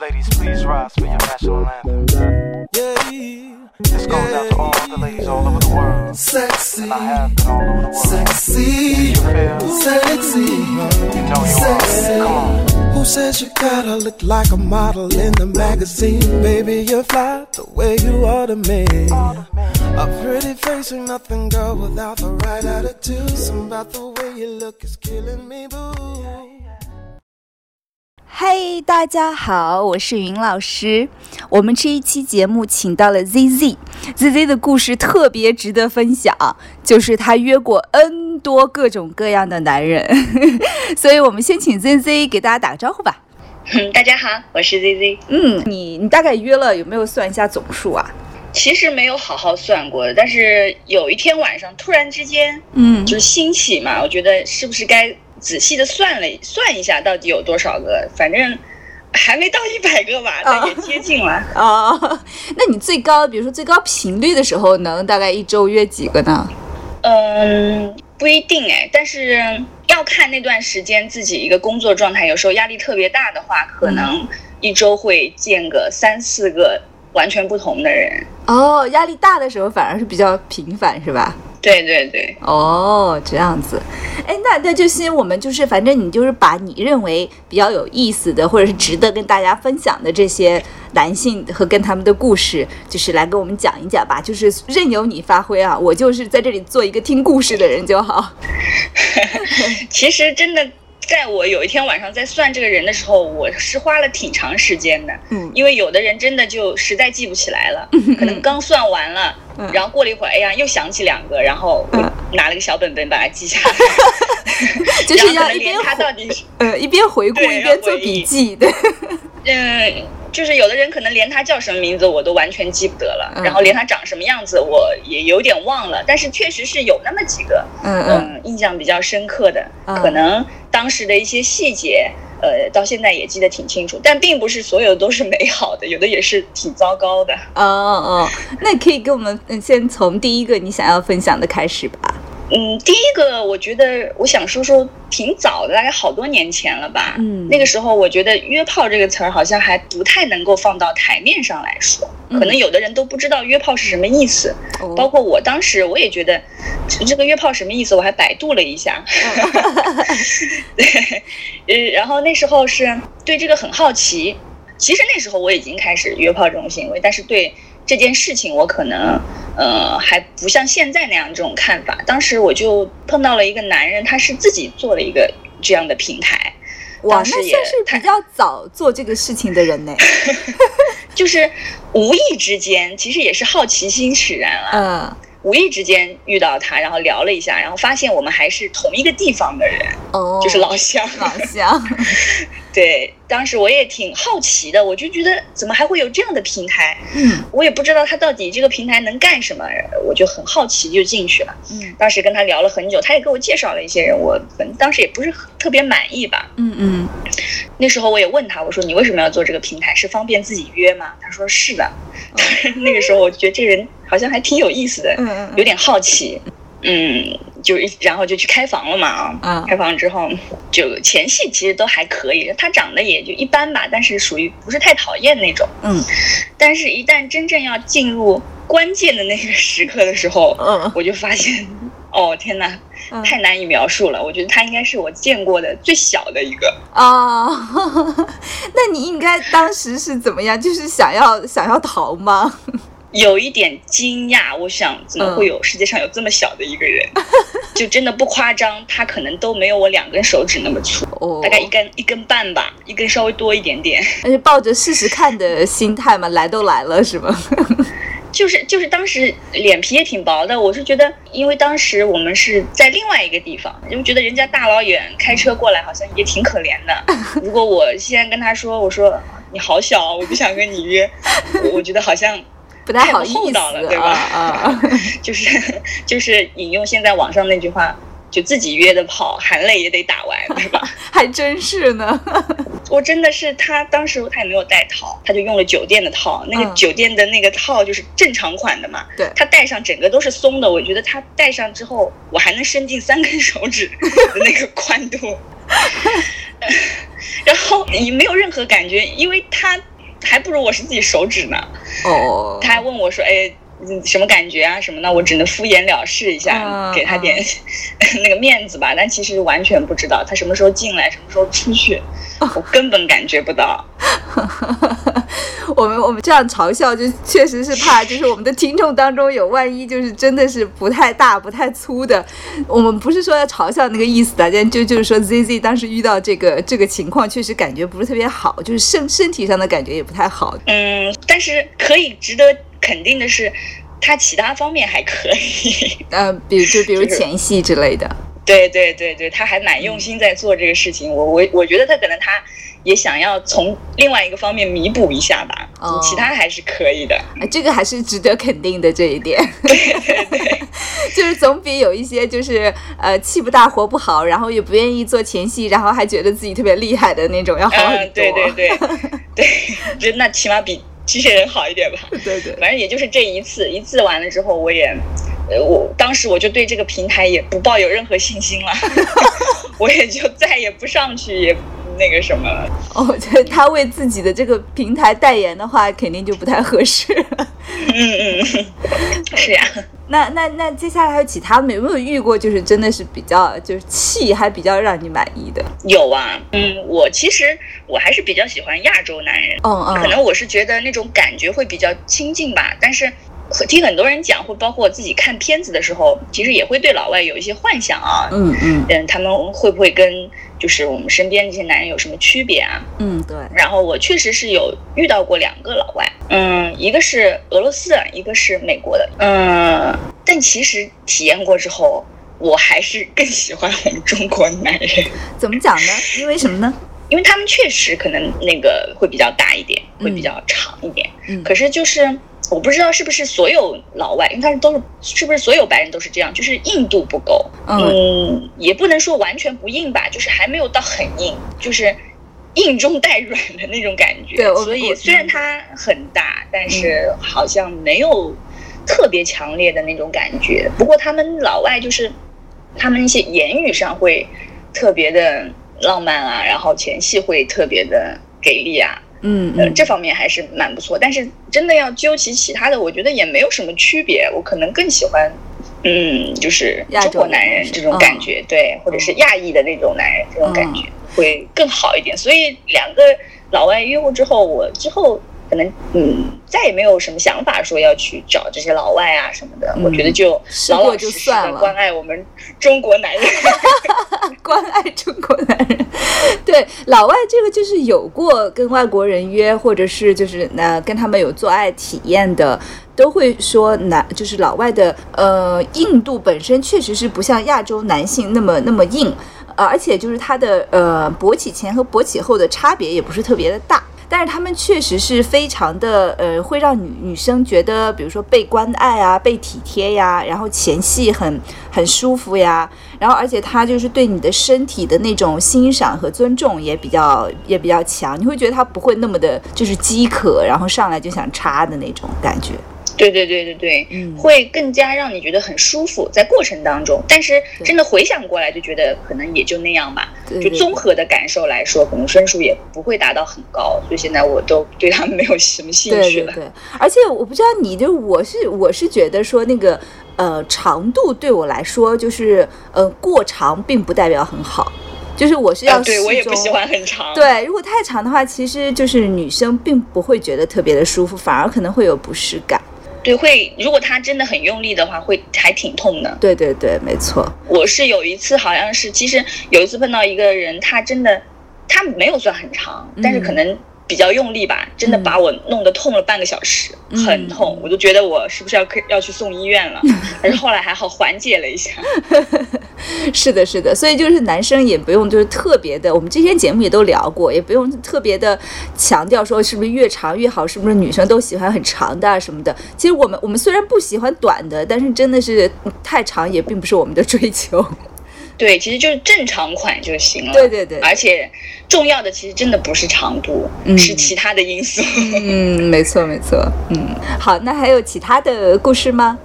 Ladies, please rise for your national anthem. Yeah, This goes out to all the ladies all over the world. sexy, And I have been all over the world. sexy, You feel? sexy. You know you are. Come on. Who says you gotta look like a model in the magazine? Baby, you're fly the way you are to me. A pretty face ain't nothing, girl, without the right attitude. Something about the way you look is killing me, boo. 嗨，大家好，我是云老师。我们这一期节目请到了 ZZ，ZZ 的故事特别值得分享，就是她约过 N 多各种各样的男人， 所以我们先请 ZZ 给大家打个招呼吧。嗯，大家好，我是 ZZ。嗯，你你大概约了有没有算一下总数啊？其实没有好好算过，但是有一天晚上突然之间嗯就是兴起嘛，我觉得是不是该仔细的算了算一下到底有多少个？反正还没到一百个吧，但也接近了。啊， 那你最高，比如说最高频率的时候，能大概一周约几个呢？嗯，不一定哎，但是要看那段时间自己一个工作状态，有时候压力特别大的话，可能一周会见个三四个完全不同的人。哦，压力大的时候反而是比较频繁，是吧？对对对，哦，这样子，哎，那那就先我们就是，反正你就是把你认为比较有意思的，或者是值得跟大家分享的这些男性和跟他们的故事，就是来跟我们讲一讲吧，就是任由你发挥啊，我就是在这里做一个听故事的人就好。其实真的，在我有一天晚上在算这个人的时候，我是花了挺长时间的，嗯因为有的人真的就实在记不起来了，可能刚算完了，嗯然后过了一会儿，哎呀，又想起两个，然后我嗯拿了个小本本把它记下来， 就是然要后可能一边连他回到底是，呃一边回顾对一边要做回忆笔记， 对，嗯。就是有的人可能连他叫什么名字我都完全记不得了，嗯然后连他长什么样子我也有点忘了，但是确实是有那么几个，嗯嗯嗯，印象比较深刻的，嗯可能当时的一些细节，呃，到现在也记得挺清楚，但并不是所有都是美好的，有的也是挺糟糕的。哦哦，那可以跟我们嗯先从第一个你想要分享的开始吧。嗯，第一个我觉得我想说说挺早的，大概好多年前了吧。嗯那个时候我觉得“约炮”这个词儿好像还不太能够放到台面上来说，嗯可能有的人都不知道约炮是什么意思。哦包括我当时我也觉得这这个约炮什么意思，我还百度了 一下。 对，呃，然后那时候是对这个很好奇。其实那时候我已经开始约炮这种行为，但是对这件事情我可能呃还不像现在那样这种看法。当时我就碰到了一个男人，他是自己做了一个这样的平台，哇，那当时算也是比太较早做这个事情的人呢。就是无意之间，其实也是好奇心使然啊了。嗯。无意之间遇到他，然后聊了一下，然后发现我们还是同一个地方的人，哦，就是老乡。 老乡，对，当时我也挺好奇的，我就觉得怎么还会有这样的平台，嗯我也不知道他到底这个平台能干什么，我就很好奇就进去了。嗯当时跟他聊了很久，他也给我介绍了一些人，我反正当时也不是很特别满意吧。嗯嗯，那时候我也问他，我说你为什么要做这个平台？是方便自己约吗？他说是的。 那个时候我觉得这人好像还挺有意思的，嗯嗯嗯有点好奇，嗯，就一然后就去开房了嘛啊。啊开房之后，就前戏其实都还可以，他长得也就一般吧，但是属于不是太讨厌那种。嗯但是，一旦真正要进入关键的那个时刻的时候，嗯我就发现，哦天哪，嗯太难以描述了。我觉得他应该是我见过的最小的一个。啊， 那你应该当时是怎么样？就是想要想要逃吗？有一点惊讶，我想怎么会有世界上有这么小的一个人？ 就真的不夸张，他可能都没有我两根手指那么粗，哦，大概一根一根半吧，一根稍微多一点点。 而且抱着试试看的心态嘛，来都来了是吗？ 就是就是当时脸皮也挺薄的，我是觉得，因为当时我们是在另外一个地方，就觉得人家大老远开车过来，好像也挺可怜的。如果我现在跟他说，我说你好小啊，我不想跟你约，我我觉得好像不太好太意不厚思道了对吧啊啊，就是 就是引用现在网上那句话，就自己约的炮，含泪也得打完，对吧？ 还真是呢。我真的是他当时他也没有带套，他就用了酒店的套，那个嗯酒店的那个套就是正常款的嘛。对他戴上整个都是松的，我觉得他戴上之后，我还能伸进三根手指的那个 宽度，然后也没有任何感觉，因为他还不如我是自己手指呢。 哦，他还问我说：“哎，你什么感觉啊？什么呢？”我只能敷衍了事一下，嗯给他点 那个面子吧。但其实完全不知道他什么时候进来，什么时候出去，我根本感觉不到。 我们我们这样嘲笑，就确实是怕，就是我们的听众当中有万一就是真的是不太大、不太粗的，我们不是说要嘲笑那个意思的，但就就是说 Z Z 当时遇到这个这个情况，确实感觉不是特别好，就是身身体上的感觉也不太好。嗯，但是可以值得肯定的是，他其他方面还可以。 呃，比如就比如就是前戏之类的，对对对对，他还蛮用心在做这个事情。我我我觉得他可能他也想要从另外一个方面弥补一下吧，哦其他还是可以的。啊，这个还是值得肯定的这一点， 就是总比有一些就是呃气不大活不好，然后也不愿意做前戏，然后还觉得自己特别厉害的那种要 好很嗯，多。啊对对对 对， 就那起码比机器人好一点吧。对对反正也就是这一次，一次完了之后，我也，呃，我当时我就对这个平台也不抱有任何信 心了， 我也就再也不上去，也那个什么了。哦，对他为自己的这个平台代言的话，肯定就不太合适 了。嗯嗯，嗯，是呀、那那那接下来还有其他没有没有遇过，就是真的是比较就是气还比较让你满意的？有啊，嗯，我其实我还是比较喜欢亚洲男人，嗯嗯，可能我是觉得那种感觉会比较亲近吧，但是。听很多人讲，或包括我自己看片子的时候，其实也会对老外有一些幻想啊，嗯嗯嗯，他们会不会跟就是我们身边这些男人有什么区别啊？嗯，对，然后我确实是有遇到过两个老外，嗯，一个是俄罗斯人，一个是美国的，嗯，但其实体验过之后，我还是更喜欢我们中国男人，怎么讲呢？因为什么呢？因为他们确实可能那个会比较大一点，会比较长一点，嗯，可是就是。我不知道是不是所有老外，因为他们都是是不是所有白人都是这样，就是硬度不够，嗯嗯，也不能说完全不硬吧，就是还没有到很硬，就是硬中带软的那种感觉。对我所以我虽然它很嗯大，但是好像没有特别强烈的那种感觉。不过他们老外就是他们一些言语上会特别的浪漫啊，然后前戏会特别的给力啊，嗯呃，嗯，这方面还是蛮不错。但是真的要究其其他的，我觉得也没有什么区别。我可能更喜欢，嗯，就是亚洲中国男人人这种感觉，对，或者嗯是亚裔的那种男人这种感觉、会更好一点。所以两个老外约过之后，我之后可能嗯再也没有什么想法说要去找这些老外啊什么的。我觉得就嗯试老过老就实实算的了关爱我们中国男人。 关爱中国男人。 对老外这个就是有过跟外国人约，或者是就是呃跟他们有做爱体验的，都会说男就是老外的呃硬度本身确实是不像亚洲男性那么那么硬，呃而且就是他的呃勃起前和勃起后的差别也不是特别的大。但是他们确实是非常的，呃，会让女女生觉得，比如说被关爱啊，被体贴呀，然后前戏很很舒服呀，然后而且他就是对你的身体的那种欣赏和尊重也比较也比较强，你会觉得他不会那么的就是饥渴，然后上来就想插的那种感觉。对对对对对，嗯会更加让你觉得很舒服，在过程当中。但是对真的回想过来，就觉得可能也就那样吧。对就对综合的感受来说，可能分数也不会达到很高，所以现在我都对他们没有什么兴对趣对了。对，而且我不知道你，就我是我是觉得说那个呃长度对我来说就是呃过长并不代表很好，就是我是要啊，对我也适不喜中欢很长。 对，如果太长的话，其实就是女生并不会觉得特别的舒服，反而可能会有不适感。对，会如果他真的很用力的话，会还挺痛的。对对对，没错。我是有一次，好像是其实有一次碰到一个人，他真的他没有算很长，嗯但是可能比较用力吧，真的把我弄得痛了半个小时，嗯很痛，我就觉得我是不是要可要去送医 院了？但是后来还好缓解了一下。是的，是的，所以就是男生也不用就是特别的，我们之前节目也都聊过，也不用特别的强调说是不是越长越好，是不是女生都喜欢很长的啊什么的。其实我们我们虽然不喜欢短的，但是真的是嗯太长也并不是我们的追求。对，其实就是正常款就行了。对对对而且重要的其实真的不是长度，嗯是其他的因素。 嗯，没错没错。嗯，好，那还有其他的故事吗？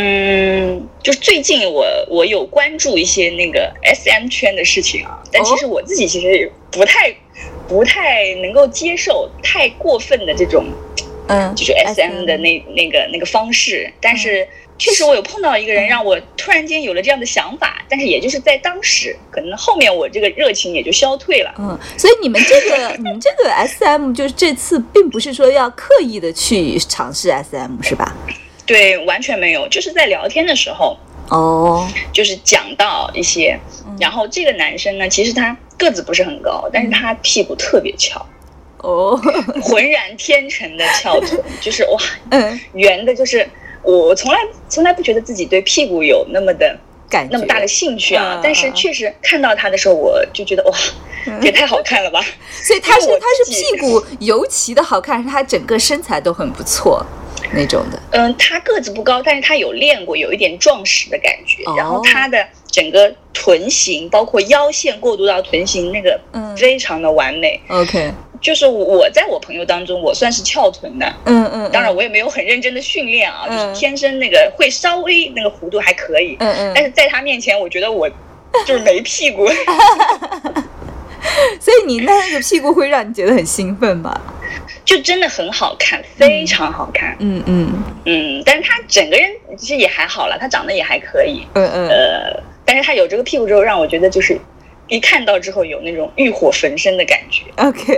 嗯，就是最近我我有关注一些那个 S M 圈的事情啊，但哦其实我自己其实也不太不太能够接受太过分的这种嗯，就是 S M 嗯的那那个那个方式，但是确实我有碰到一个人，让我突然间有了这样的想法，但是也就是在当时，可能后面我这个热情也就消退了。嗯，所以你们这 个你们这个 S M 就是这次并不是说要刻意的去尝试 S M 是吧？对，完全没有，就是在聊天的时候，哦，就是讲到一些嗯，然后这个男生呢，其实他个子不是很高，但是他屁股特别翘，哦，浑然天成的翘臀， 就是哇，嗯，圆的，就是我我从来从来不觉得自己对屁股有那么的。感觉那么大的兴趣嗯！啊嗯但是确实看到他的时候，我就觉得哇，也太好看了吧！所以他是因为我他是自己屁股尤其的好看，还是他整个身材都很不错那种的。嗯，他个子不高，但是他有练过，有一点壮实的感觉哦。然后他的整个臀型，包括腰线过渡到臀型，那个嗯非常的完美。 OK，就是我在我朋友当中，我算是翘臀的。嗯嗯，嗯当然，我也没有很认真的训练啊，嗯就是天生那个会稍微那个弧度还可以。嗯嗯，但是在他面前，我觉得我就是没屁股。 所以你那个屁股会让你觉得很兴奋吧？就真的很好看，非常好看。嗯嗯嗯，但是他整个人其实也还好啦，他长得也还可以。嗯嗯，呃，但是他有这个屁股之后，让我觉得就是一看到之后有那种欲火焚身的感觉。 OK，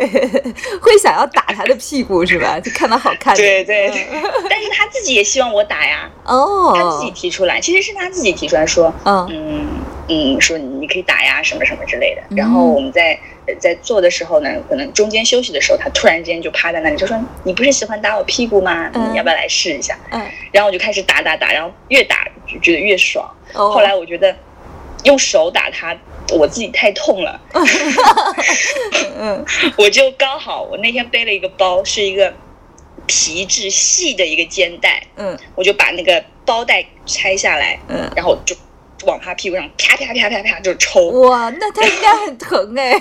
会 想要打他的屁股是吧？就看他好看的。对对，对 但是他自己也希望我打呀，他自己嗯哦，提出来，其实是他自己提出来说，嗯嗯嗯，说你可以打呀，什么什么之类的。嗯然后我们在呃在做的时候呢，可能中间休息的时候，他突然之间就趴在那里，就说你不是喜欢打我屁股吗？嗯你要不要来试一下？嗯，然后我就开始打打打，然后越打就觉得越爽。哦，后来我觉得用手打他，我自己太痛了，嗯我就刚好我那天背了一个包，是一个皮质细的一个肩带，嗯我就把那个包带拆下来，嗯，然后就往他屁股上啪啪啪啪啪就抽，哇，那他应该很疼哎。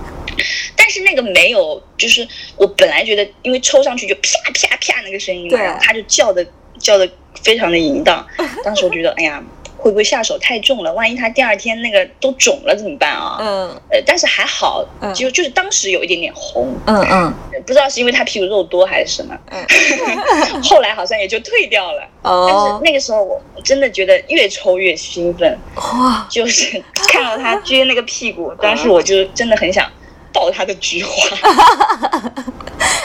但是那个没有，就是我本来觉得，因为抽上去就啪啪啪那个声音嘛，对然后他就叫的叫的非常的淫 荡，当时我觉得，哎呀。会不会下手太重了？万一他第二天那个都肿了怎么办啊？嗯呃，但是还好嗯，就就是当时有一点点红，嗯嗯不知道是因为他屁股肉多还是什么，嗯， 后来好像也就退掉了。但是哦，那个时候我真的觉得越抽越兴奋，哇，就是 嗯看到他撅那个屁股，当时我就真的很想抱他的菊花。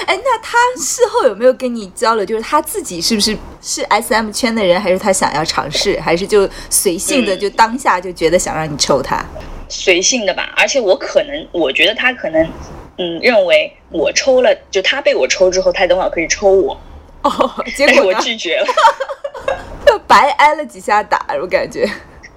哎，那他事后有没有跟你交流？就是他自己是不是是 S M 圈的人，还是他想要尝试，还是就随性的嗯就当下就觉得想让你抽他？随性的吧，而且我可能，我觉得他可能，嗯，认为我抽了，就他被我抽之后，他等会儿可以抽我，哦， 结但是果哎呢？我拒绝了。 白挨了几下打，我感觉。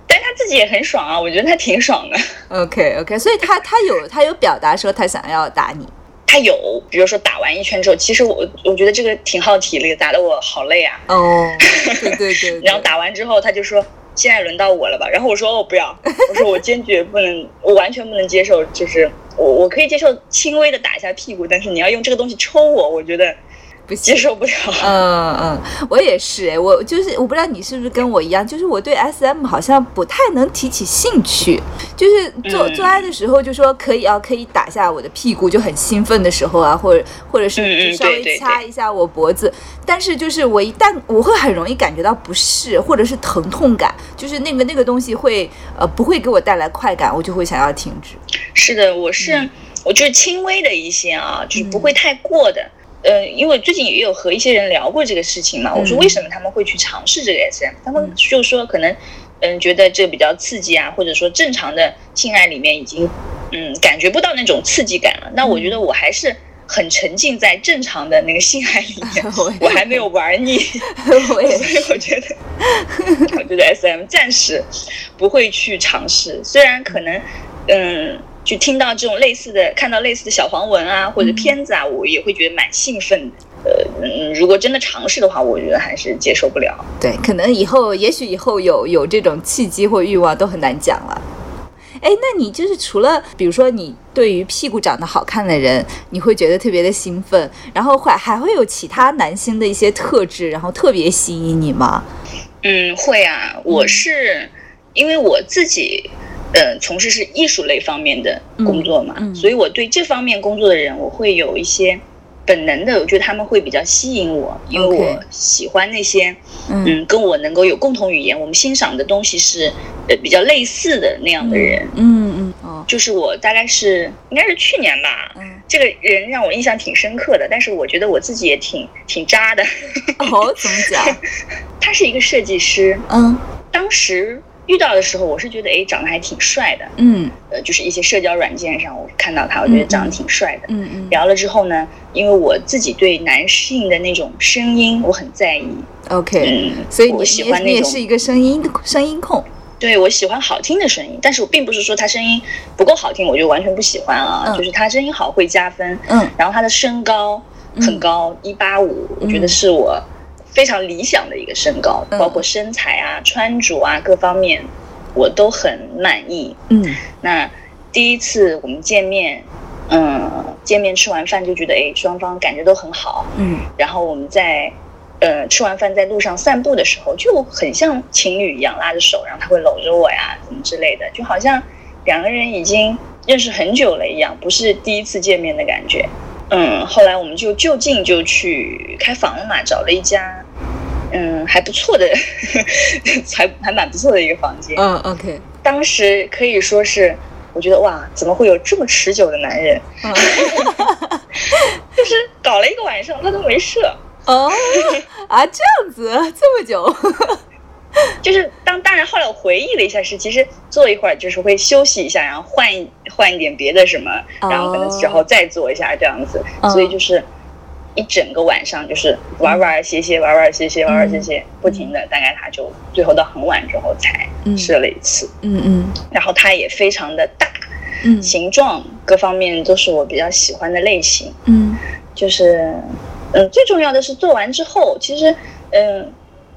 但他自己也很爽啊，我觉得他挺爽的。 OK OK，所以他他有他有表达说他想要打你。他有，比如说打完一圈之后，其实我我觉得这个挺耗体力的，打得我好累啊。哦，对对对 对，然后打完之后，他就说现在轮到我了吧？然后我说哦 不要，我说我坚决不能，我完全不能接受，就是我我可以接受轻微的打一下屁股，但是你要用这个东西抽我，我觉得不行接。受不了。嗯嗯，我也是哎，我就是我不知道你是不是跟我一样，就是我对 S M 好像不太能提起兴趣，就是做嗯做爱的时候就说可以啊，可以打下我的屁股，就很兴奋的时候啊，或者或者是嗯嗯就稍对微对掐对一下我脖子，但是就是我一旦我会很容易感觉到不适或者是疼痛感，就是那个那个东西会呃不会给我带来快感，我就会想要停止。 是的，我是、嗯我就是轻微的一些啊，就是不会太过的。呃，因为最近也有和一些人聊过这个事情嘛，我说嗯为什么他们会去尝试这个 SM？、他们嗯就说可能，嗯、觉得这个比较刺激啊，或者说正常的性爱里面已经，嗯，感觉不到那种刺激感了。那我嗯觉得我还是很沉浸在正常的那个性爱里面 我也，我还没有玩腻，所 我也以我觉得，我觉得 SM 暂时不会去尝试，虽然可能，嗯，就听到这种类似的，看到类似的小黄文啊或者片子啊，我也会觉得蛮兴奋的。呃，嗯，如果真的尝试的话，我觉得还是接受不了。对，可能以后，也许以后有有这种契机或欲望都很难讲了。哎，那你就是除了比如说你对于屁股长得好看的人，你会觉得特别的兴奋，然后还还会有其他男星的一些特质，然后特别吸引你吗？嗯嗯，会啊，我是因为我自己，呃，从事是艺术类方面的工作嘛，嗯嗯所以我对这方面工作的人，我会有一些本能的，我觉得他们会比较吸引我，因为 OK 我喜欢那些嗯嗯跟我能够有共同语言，我们欣赏的东西是呃比较类似的那样的人。嗯嗯哦就是我大概是应该是去年吧，嗯，这个人让我印象挺深刻的，但是我觉得我自己也挺挺渣的。 哦怎么讲？他是一个设计师，嗯当时遇到的时候，我是觉得哎诶长得还挺帅的，嗯呃，就是一些社交软件上我看到他，我觉得嗯长得挺帅的。嗯嗯聊了之后呢，因为我自己对男性的那种声音我很在意， ，OK。嗯，所以你我你喜也欢你那也种是，一个声音声音控，对我喜欢好听的声音，但是我并不是说他声音不够好听，我就完全不喜欢啊，嗯就是他声音好会加分，嗯然后他的身高很高，一八五，我觉得是我非常理想的一个身高，嗯包括身材啊、穿着啊各方面，我都很满意。嗯那第一次我们见面，嗯，见面吃完饭就觉得，哎，双方感觉都很好。嗯然后我们在，呃，吃完饭在路上散步的时候，就很像情侣一样拉着手，然后他会搂着我呀，什么之类的，就好像两个人已经认识很久了一样，不是第一次见面的感觉。嗯，后来我们就就近就去开房了嘛，找了一家，嗯，还不错的，还还蛮不错的一个房间。嗯，OK，当时可以说是，我觉得哇，怎么会有这么持久的男人？嗯就是搞了一个晚上，他都没射。 哦啊，这样子 这么久，就是当当然，后来我回忆了一下，是其实坐一会儿就是会休息一下，然后换一换一点别的什么，哦然后可能之后再坐一下这样子。嗯所以就是一整个晚上就是玩玩歇歇，玩玩歇歇，玩玩歇歇，不停的，大概他就最后到很晚之后才嗯射了一次。嗯嗯然后他也非常的大，嗯形状各方面都是我比较喜欢的类型。嗯就是，嗯，最重要的是做完之后，其实，嗯，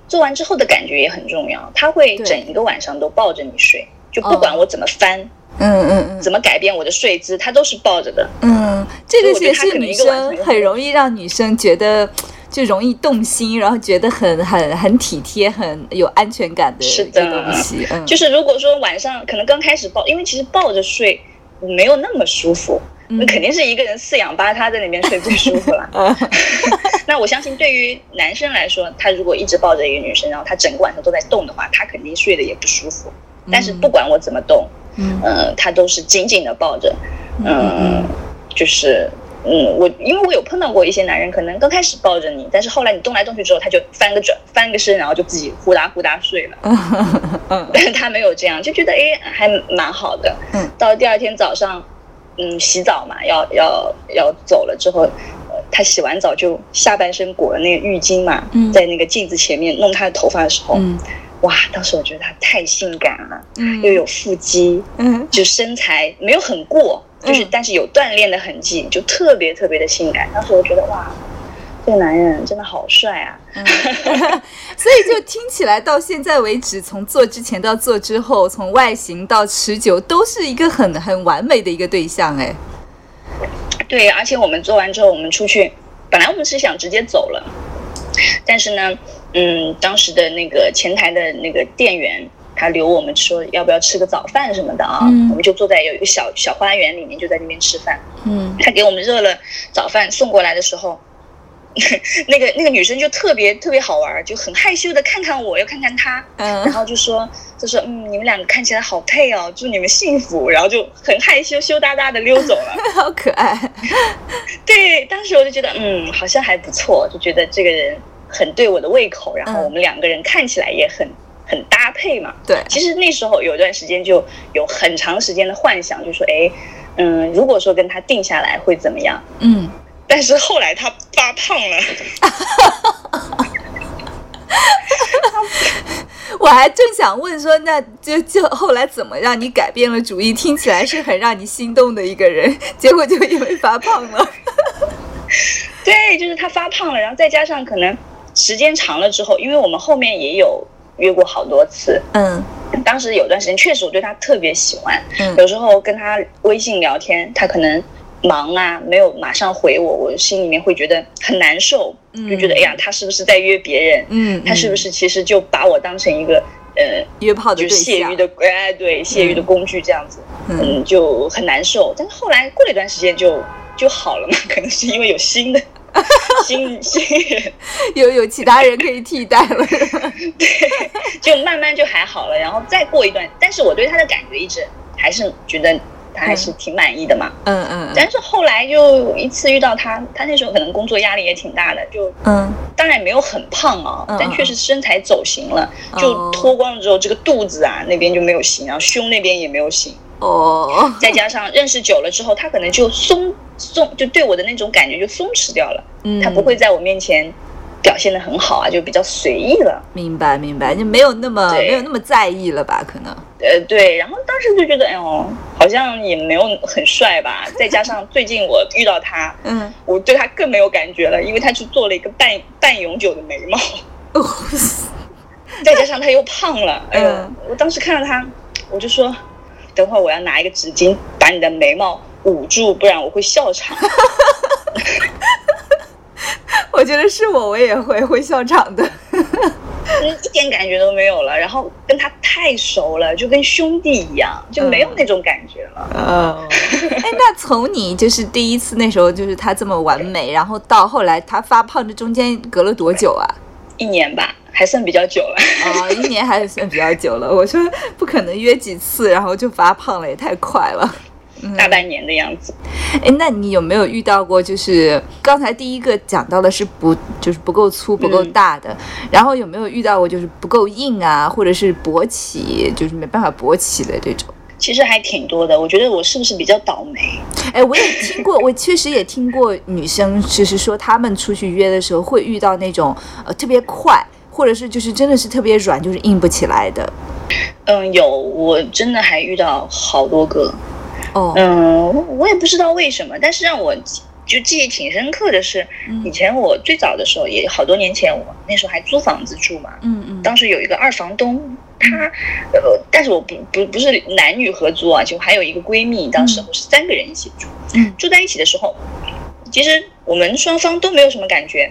做完之后的感觉也很重要。他会对哦整一个晚上都抱着你睡，就不管我怎么翻、嗯嗯怎么改变我的睡姿，他都是抱着的。嗯嗯，这个所以也我觉得他是可能女一个晚上生就很容易让女生觉得就容易动心，然后觉得很很很体贴，很有安全感的是一个的东西，嗯，就是如果说晚上可能刚开始抱，因为其实抱着睡没有那么舒服，那、嗯。肯定是一个人四仰八叉在那边睡最舒服 了嗯那我相信，对于男生来说，他如果一直抱着一个女生，然后他整个晚上都在动的话，他肯定睡得也不舒服。但是不管我怎么动，嗯呃，他都是紧紧的抱着，嗯 嗯，就是，嗯，我因为我有碰到过一些男人，可能刚开始抱着你，但是后来你动来动去之后，他就翻个转，翻个身，然后就自己呼哒呼哒睡了。 嗯但是他没有这样，就觉得哎还蛮好的。嗯，到第二天早上，嗯，洗澡嘛，要要要走了之后，呃，他洗完澡就下半身裹了那个浴巾嘛，嗯在那个镜子前面弄他的头发的时候，嗯哇，当时我觉得他太性感了，嗯又有腹肌，嗯就身材没有很过，就是、嗯但是有锻炼的痕迹，就特别特别的性感。当时我觉得哇，这个男人真的好帅啊！嗯， 所以就听起来到现在为止，从做之前到做之后，从外形到持久，都是一个很很完美的一个对象哎。对，而且我们做完之后，我们出去，本来我们是想直接走了，但是呢，嗯，当时的那个前台的那个店员。他留我们说要不要吃个早饭什么的啊，嗯我们就坐在有一个小小花园里面，就在那边吃饭。嗯他给我们热了早饭送过来的时候， 那个那个女生就特别特别好玩儿，就很害羞的看看我，又看看他，然嗯后就说就说嗯，你们两个看起来好配哦，祝你们幸福，然后就很害羞羞答答的溜走了。 好可爱。对，当时我就觉得嗯，好像还不错，就觉得这个人很对我的胃口，然后嗯我们两个人看起来也很很搭配嘛。对，其实那时候有一段时间就有很长时间的幻想，就说哎，嗯，如果说跟他定下来会怎么样？嗯，但是后来他发胖了，我还正想问说，那就 就后来怎么让你改变了主意？听起来是很让你心动的一个人， 结果就因为发胖 了。对，就是他发胖了，然后再加上可能时间长了之后，因为我们后面也有约过好多次，嗯当时有段时间确实我对他特别喜欢，嗯有时候跟他微信聊天，他可能忙啊，没有马上回我，我心里面会觉得很难受，就觉得嗯哎呀，他是不是在约别人？嗯，他是不是其实就把我当成一个呃，约炮的就对是泄象欲，的，哎，对，泄欲的工具这样子，嗯嗯，就很难受。但是后来过了一段时间就就好了嘛， 可能是因为有新 的新新人，有有其他人可以替代了。 就慢慢就还好了。然后再过一段，但是我对他的感觉一直还是觉得他还是挺满意的嘛。嗯嗯嗯但是后来就一次遇到他，他那时候可能工作压力也挺大的，就嗯，当然也没有很胖啊，嗯但确实身材走形了，嗯就脱光了之后，这个肚子啊那边就没有形，然后胸那边也没有形，哦，再加上认识久了之后，他可能就松松，就对我的那种感觉就松弛掉了，嗯，他不会在我面前表现的很好啊，就比较随意了。明白明白，就没有那么对没有那么在意了吧？可能呃，对，然后当时就觉得，哎呦，好像也没有很帅吧。再加上最近我遇到他，嗯，我对他更没有感觉了，因为他去做了一个半半永久的眉毛，哦再加上他又胖了，哎呦嗯，我当时看到他，我就说，等会儿我要拿一个纸巾把你的眉毛捂住，不然我会笑场。 我觉得是我，我也会会笑场的。嗯，一点感觉都没有了。然后跟他太熟了，就跟兄弟一样，就嗯没有那种感觉了。哦，哎，那从你就是第一次那时候，就是他这么完美，然后到后来他发胖，这中间隔了多久啊？一年吧，还算比较久了。哦， 一年还算比较久了。我说不可能约几次，然后就发胖了，也太快了。嗯 大半年的样子，哎，那你有没有遇到过？就是刚才第一个讲到的是不，就是不够粗、不够大的，然后有没有遇到过就是不够硬啊，或者是勃起，就是没办法勃起的这种？其实还挺多的。我觉得我是不是比较倒霉？哎，我也听过，我确实也听过女生，就是说她们出去约的时候会遇到那种呃特别快，或者是就是真的是特别软，就是硬不起来的。嗯，有，我真的还遇到好多个。哦，嗯，我也不知道为什么，但是让我记就记忆挺深刻的是，嗯以前我最早的时候，也好多年前，我那时候还租房子住嘛，嗯嗯，当时有一个二房东，她呃，但是我不不不是男女合租啊，就还有一个闺蜜，当时我是三个人一起住，嗯住在一起的时候，其实我们双方都没有什么感觉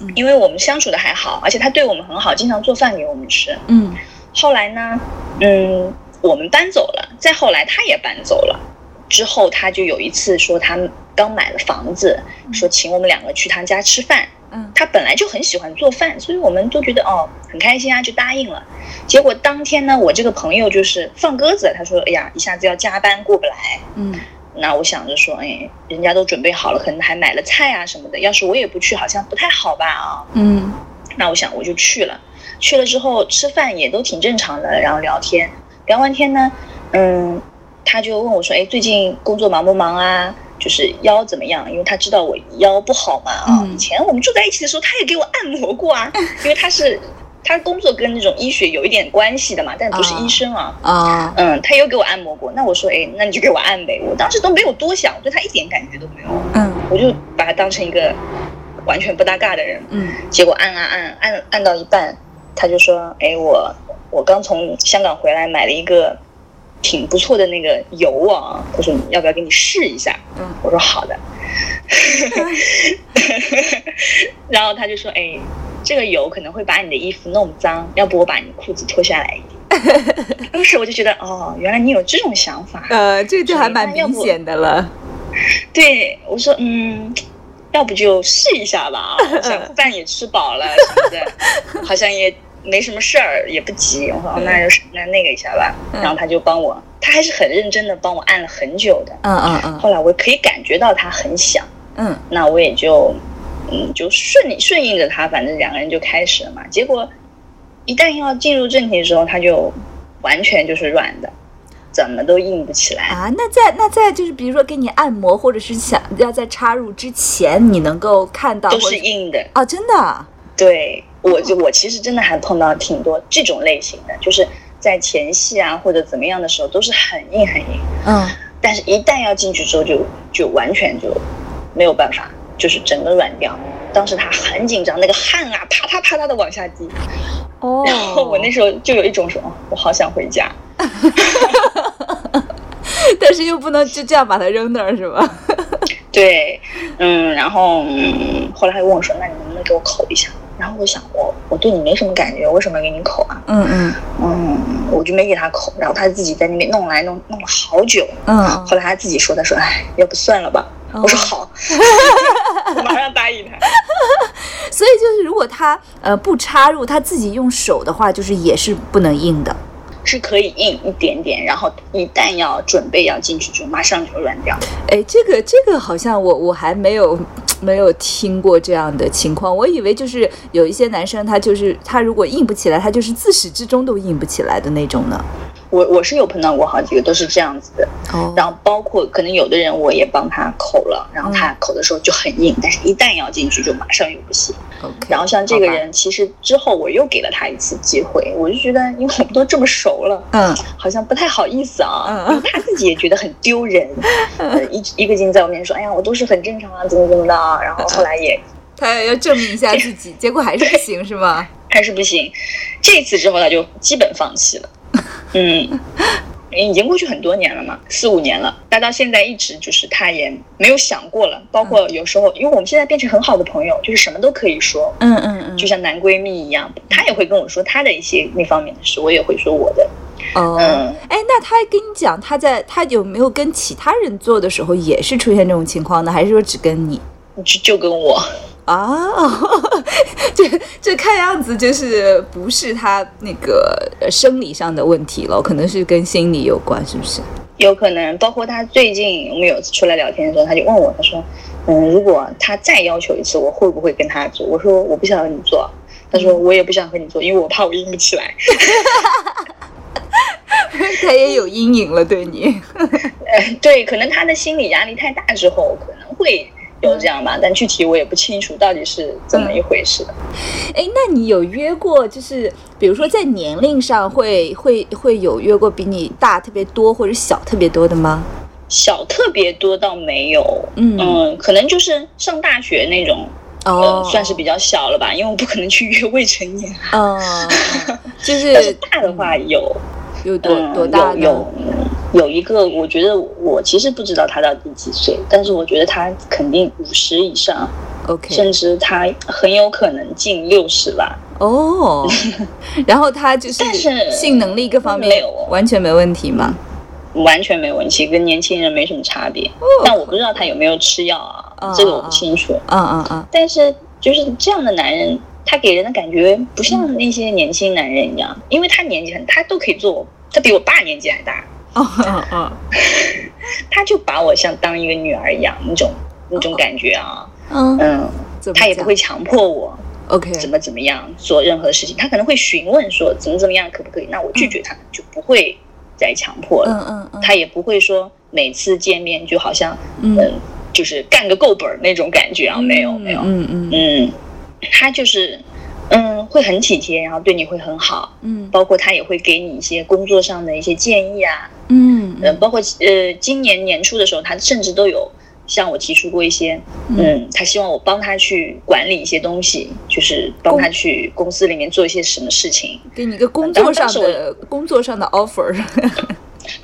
嗯，因为我们相处的还好，而且她对我们很好，经常做饭给我们吃。嗯后来呢，嗯，我们搬走了，再后来她也搬走了。之后她就有一次说她刚买了房子，说请我们两个去她家吃饭，嗯他本来就很喜欢做饭，所以我们都觉得哦很开心啊，就答应了。结果当天呢，我这个朋友就是放鸽子，他说：“哎呀，一下子要加班过不来。嗯”那我想着说，哎，人家都准备好了，可能还买了菜啊什么的，要是我也不去，好像不太好吧啊。嗯那我想我就去了，去了之后吃饭也都挺正常的，然后聊天，聊完天呢，嗯，他就问我说：“哎，最近工作忙不忙啊？就是腰怎么样？因为他知道我腰不好嘛啊。嗯以前我们住在一起的时候，他也给我按摩过啊，因为他是他工作跟那种医学有一点关系的嘛，但不是医生啊。啊嗯，他有给我按摩过。那我说：哎，那你就给我按呗。我当时都没有多想，我对他一点感觉都没有，嗯我就把他当成一个完全不搭嘎的人。嗯结果按啊按按按到一半，他就说：“哎，我我刚从香港回来，买了一个挺不错的那个油啊。”他说：“要不要给你试一下？”嗯我说：“好的。”然后他就说：“哎，这个油可能会把你的衣服弄脏，要不我把你裤子脱下来一点。”当时我就觉得，哦，原来你有这种想法。呃，这就还蛮那要明不显的了。对，我说嗯，要不就试一下 吧啊，我想饭也吃饱了什么的，好像也没什么事儿，也不急。我说哦，那就是那那个一下吧。嗯然后他就帮我，他还是很认真的帮我按了很久的。嗯嗯嗯后来我可以感觉到他很想，嗯那我也就嗯就顺应顺应着他，反正两个人就开始了嘛。结果一旦要进入正题的时候，他就完全就是软的，怎么都硬不起来。啊，那在那在就是比如说给你按摩，或者是想要在插入之前，你能够看到都或是者硬的，哦，真的啊对我就我其实真的还碰到挺多这种类型的，就是在前戏啊或者怎么样的时候都是很硬很硬，嗯但是一旦要进去之后就就完全就没有办法，就是整个软掉。当时他很紧张，那个汗啊啪嗒啪嗒的往下滴，哦 然后 我那时候就有一种说，哦我好想回家。但是又不能就这样把它扔那儿，是吧？对，嗯，然后嗯，后来还问我说，那你能不能给我口一下？然后我想，我我对你没什么感觉，为什么要给你口啊？嗯嗯嗯，我就没给他口，然后他自己在那边弄来弄弄了好久。嗯，后来他自己说，他说，哎，要不算了吧。哦我 说好，我马上答应他。 所以就是如果他呃不插入，他自己用手的话，就是也是不能硬的。是可以硬一点点，然后一旦要准备要进去，就马上就软掉。哎，这个这个好像我我还没有没有听过这样的情况，我以为就是有一些男生他就是他如果硬不起来，他就是自始至终都硬不起来的那种呢。我我是有碰到过好几个都是这样子的，哦然后包括可能有的人我也帮他口了，然后他嗯口的时候就很硬，但是一旦要进去就马上又不行。 o k 然后像这个，人，其实之后我又给了他一次机会，我就觉得因为我们都这么熟了，嗯好像不太好意思啊，嗯因为他自己也觉得很 丢人，呃一一个劲在我面前说，哎呀，我都是很正常啊，怎么怎么 的啊，然后后来也他也要证明一下自 己，结果还是不行，是吗？还是不行。这次之后他就基本放弃 了。嗯，已经过去很多年了嘛，四五年了，他到现在一直就是他也没有想过了。包括有时候，因为我们现在变成很好的朋友，就是什么都可以说，嗯嗯嗯，就像男闺蜜一样，他也会跟我说他的一些那方面的事，我也会说我的。哦，嗯，哎，那他跟你讲，他在他有没有跟其他人做的时候也是出现这种情况呢？还是说只跟你？嗯就就跟我，啊， 这这看样子就是不是他那个呃生理上的问题了，可能是跟心理有关，是不 是？有可能，包括他最近我们有一次出来聊天的时候，他就问我，他说，嗯，如果他再要求一次，我会不会跟他做？我说我不想和你做。他嗯说我也不想和你做，因为我怕我硬不起来。 他也有阴影了，对你。呃，对，可能他的心理压力太大之后，可能会有这样嗯吧，但具体我也不清楚到底是怎么一回事。哎，那你有约过，就是比如说在年龄上会会会有约过比你大特别多或者小特别多的吗？小特别多倒没有，嗯可能就是上大学那种，哦呃，，算是比较小了吧，因为我不可能去约未成年。啊 嗯，就但是是大的话嗯有，有多嗯多大呢？有有有一个，我觉得我其实不知道他到底几岁，但是我觉得他肯定五十以上， OK，甚至他很有可能近六十吧。 哦，然后他就是但是性能力各方没面有哦完全没问题吗？完全没问题，跟年轻人没什么差别。但我不知道他有没有吃药哦嗯啊，这个我不清楚。嗯嗯嗯，但是就是这样的男人，他给人的感觉不像那些年轻男人一样，因为他年纪很，他都可以做我，他比我爸年纪还大，哦哦嗯哦，他就把我像当一个女儿一样那种那哦种感觉啊。嗯，嗯，怎么他也讲不会强迫我 OK，怎么怎么样做任何事情，他可能会询问说怎么怎么样可不可以，那我拒绝他就不会再强迫了。嗯嗯嗯，他也不会说每次见面就好像嗯嗯、就是干个够本儿那种感觉啊，没有没有，嗯嗯嗯嗯，他就是嗯会很体贴，然后对你会很好，嗯包括他也会给你一些工作上的一些建议啊，嗯嗯，包括呃今年年初的时候，他甚至都有。向我提出过一些，嗯，他希望我帮他去管理一些东西，就是帮他去公司里面做一些什么事情。给你一个工作上当时的工作上的 offer，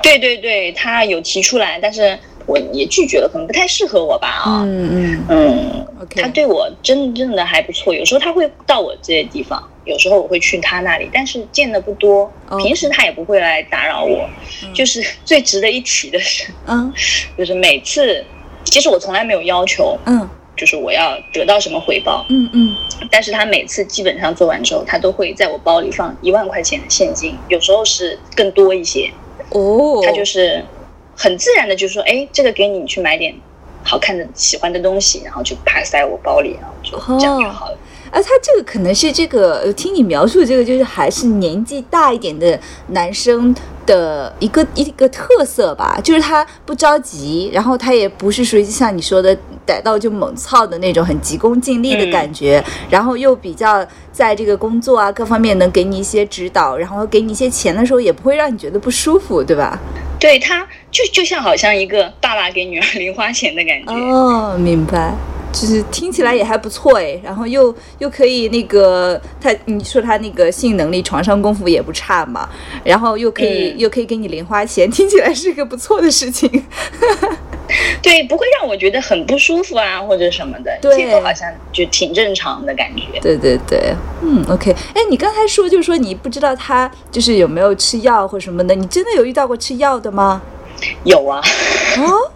对对对，他有提出来，但是我也拒绝了，可能不太适合我吧啊、 嗯嗯嗯， ，OK，他对我真正的还不错，有时候他会到我这些地方，有时候我会去他那里，但是见的不多哦，平时他也不会来打扰我。就是 最值得一提的是，嗯就是每次，其实我从来没有要求，嗯就是我要得到什么回报，嗯嗯，但是他每次基本上做完之后，他都会在我包里放一万块钱的现金，有时候是更多一些，哦，他就是很自然的就说，哎，这个给你，你去买点。好看的、喜欢的东西，然后就啪塞我包里，然后就这样就好了。啊，他这个可能是这个，呃听你描述这个，就是还是年纪大一点的男生的一个一个特色吧，就是他不着急，然后他也不是属于像你说的逮到就猛操的那种很急功近利的感觉，然后又比较在这个工作啊各方面能给你一些指导，然后给你一些钱的时候也不会让你觉得不舒服，对吧？对 嗯他就就像好像一个爸爸给女儿零花钱的感觉。哦，明白，就是听起来也还不错哎，然后又又可以那个他，你说他那个性能力、床上功夫也不差嘛，然后又可以、嗯又可以给你零花钱，听起来是个不错的事情。对，不会让我觉得很不舒服啊或者什么的，对这个好像就挺正常的感觉。 对对对，嗯，OK，哎，你刚才说就是说你不知道他就是有没有吃药或什么的，你真的有遇到过吃药的吗？有啊，哦，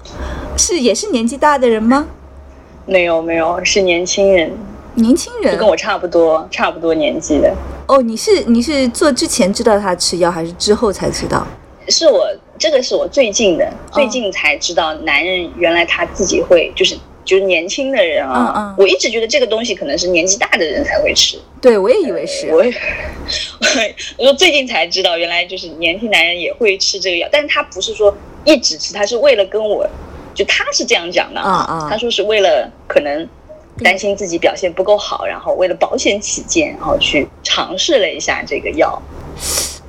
是也是年纪大的人吗？没有没有，是年轻人，年轻就人跟我差不多差不多年纪的，哦，你是你是做之前知道他吃药，还是之后才知道？是我这个是我最近的，哦最近才知道男人原来他自己会就是。就是年轻的人啊，嗯嗯我一直觉得这个东西可能是年纪大的人才会吃，对，我也以为是。我也， 我就最近才知道，原来就是年轻男人也会吃这个药，但是他不是说一直吃，他是为了跟我，就他是这样讲的啊啊他说是为了可能担心自己表现不够好，然后为了保险起见，然后去尝试了一下这个药。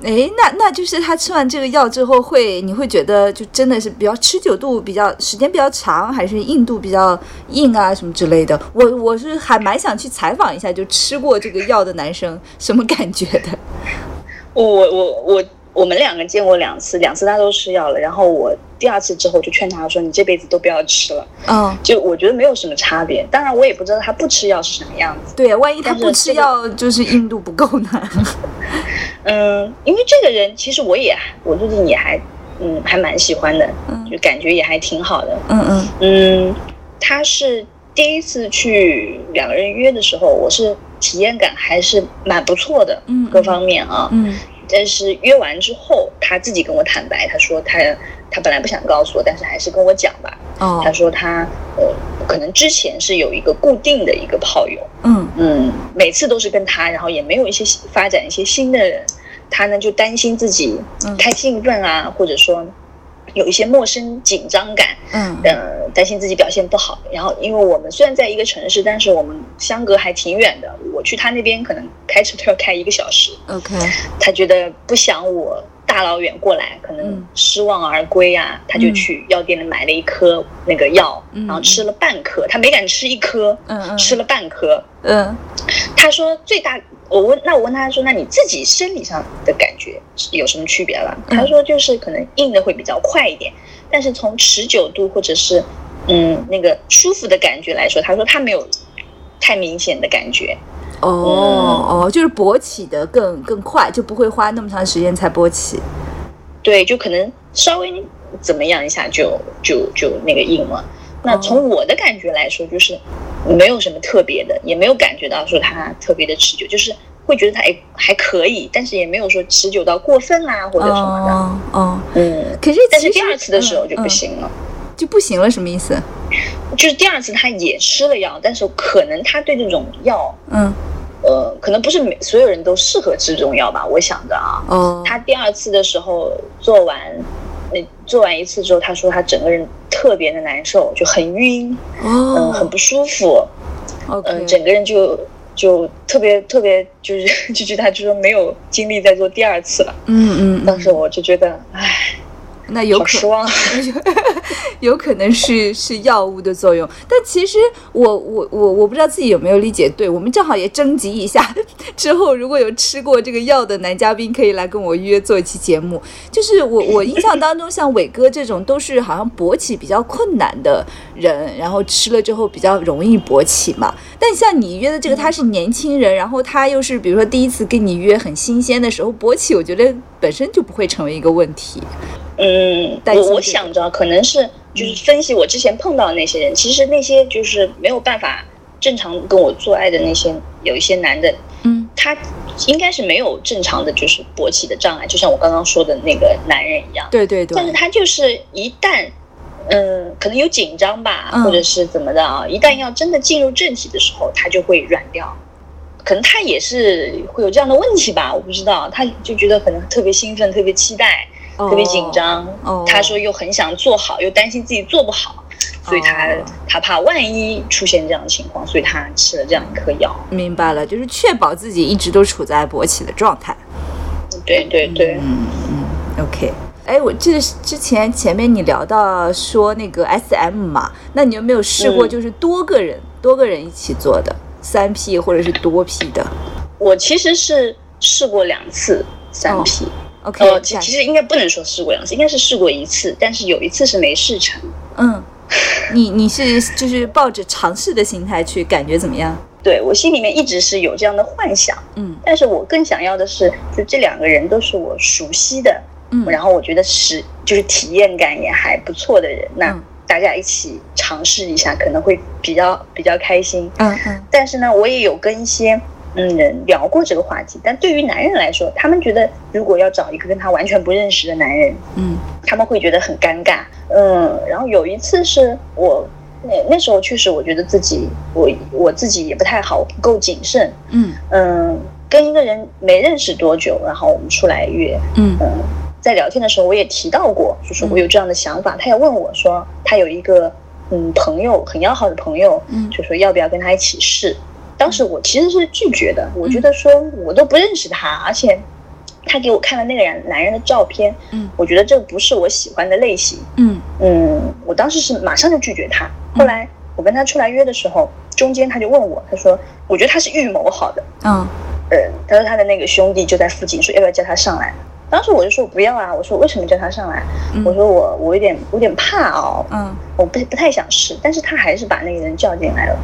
哎，那那就是他吃完这个药之后会，你会觉得就真的是比较持久度比较时间比较长，还是硬度比较硬啊什么之类的？我我是还蛮想去采访一下，就吃过这个药的男生什么感觉的？我我我我我们两个见过两次，两次他都吃药了，然后我第二次之后就劝他说：“你这辈子都不要吃了。嗯，”就我觉得没有什么差别，当然我也不知道他不吃药是什么样子。对，万一他但是不吃这个药，就是硬度不够 呢？嗯，因为这个人其实我也我最近也还嗯还蛮喜欢的，嗯就感觉也还挺好的。嗯嗯嗯，他是第一次去两个人约的时候，我是体验感还是蛮不错的，嗯各方面啊。嗯但是约完之后，他自己跟我坦白，他说他他本来不想告诉我，但是还是跟我讲吧。哦他说他呃可能之前是有一个固定的一个炮友。嗯嗯，每次都是跟他，然后也没有一些新发展一些新的人，他呢就担心自己嗯太兴奋啊，或者说有一些陌生紧张感，嗯呃，担心自己表现不好。然后，因为我们虽然在一个城市，但是我们相隔还挺远的，我去他那边可能开车都要开一个小时， ，OK，他觉得不想我大老远过来，可能嗯失望而归啊，他就嗯去药店里买了一颗那个药，嗯然后吃了半颗，他没敢吃一颗，嗯嗯吃了半颗。嗯他说最大，我问那我问他说，那你自己生理上的感觉是有什么区别了？嗯他说就是可能硬的会比较快一点，但是从持久度或者是嗯那个舒服的感觉来说，他说他没有太明显的感觉。哦哦，就是勃起的更更快，就不会花那么长时间才勃起。对，就可能稍微怎么样一下就就就那个硬了。那哦从我的感觉来说，就是没有什么特别的，也没有感觉到说它特别的持久，就是会觉得它哎还可以，但是也没有说持久到过分啊或者什么的。哦哦，嗯，可是但是其第实二次的时候嗯就不嗯行了，就不行了，什么意思？就是第二次他也吃了药，但是可能他对这种药，嗯，呃，可能不是每所有人都适合吃这种药吧，我想着啊，哦，他第二次的时候做完，那做完一次之后，他说他整个人特别的难受，就很晕，嗯、很哦不舒服，嗯、整，OK，个人就就特别特别就是就是 他就说没有精力再做第二次了，嗯嗯当嗯，时我就觉得，唉，那有好可失望 啊。有可能是是药物的作用，但其实我我我我不知道自己有没有理解对，我们正好也征集一下， 之后如果有吃过这个药的男嘉宾，可以来跟我约做一期节目。就是我我印象当中，像伟哥这种都是好像勃起比较困难的人，然后吃了之后比较容易勃起嘛。但像你约的这个，他是年轻人，然后他又是比如说第一次跟你约很新鲜的时候勃起，我觉得本身就不会成为一个问题。嗯，担心嗯我我这个想着可能是就是分析我之前碰到的那些人，其实那些就是没有办法正常跟我做爱的那些有一些男的，嗯他应该是没有正常的就是勃起的障碍，就像我刚刚说的那个男人一样，对对对但，是他就是一旦。嗯，可能有紧张吧，嗯或者是怎么的啊？一旦要真的进入正题的时候，他就会软掉。可能他也是会有这样的问题吧，我不知道。他就觉得可能特别兴奋，特别期待，特别紧哦张。哦他说又很想做好，又担心自己做不好，所以他、哦他怕万一出现这样的情况，所以他吃了这样一颗药。哦明白了，就是确保自己一直都处在勃起的状态。嗯对对对， OK，哎，我这之前前面你聊到说那个 SM 嘛，那你有没有试过嗯就是多个人多个人一起做的，三 P 或者是多 P 的。我其实是试过两次三哦 P，、 OK，呃，其感其实应该不能说试过两次，应该是试过一次，但是有一次是没试成。嗯，你你是就是抱着尝试的心态去，感觉怎么样？对我心里面一直是有这样的幻想，嗯但是我更想要的是，就这两个人都是我熟悉的，嗯，然后我觉得是就是体验感也还不错的人，那嗯大家一起尝试一下，可能会比较比较开心。嗯嗯但是呢，我也有跟一些嗯人聊过这个话题，但对于男人来说，他们觉得如果要找一个跟他完全不认识的男人，嗯他们会觉得很尴尬。嗯，然后有一次是我那那时候确实我觉得自己我我自己也不太好，不够谨慎。嗯嗯，跟一个人没认识多久，然后我们出来约，嗯嗯，在聊天的时候我也提到过，就是嗯我有这样的想法，他也问我说他有一个嗯朋友很要好的朋友，嗯就说要不要跟他一起试。当时我其实是拒绝的，我嗯觉得说我都不认识他，而且他给我看了那个人男人的照片，嗯我觉得这不是我喜欢的类型，嗯嗯，我当时是马上就拒绝他。后来我跟他出来约的时候，中间他就问我，他说我觉得他是预谋好的，嗯呃，他说他的那个兄弟就在附近，说要不要叫他上来？当时我就说不要啊，我说为什么叫他上来？嗯我说我我有点我有点怕哦，嗯我不不太想试。但是他还是把那个人叫进来了。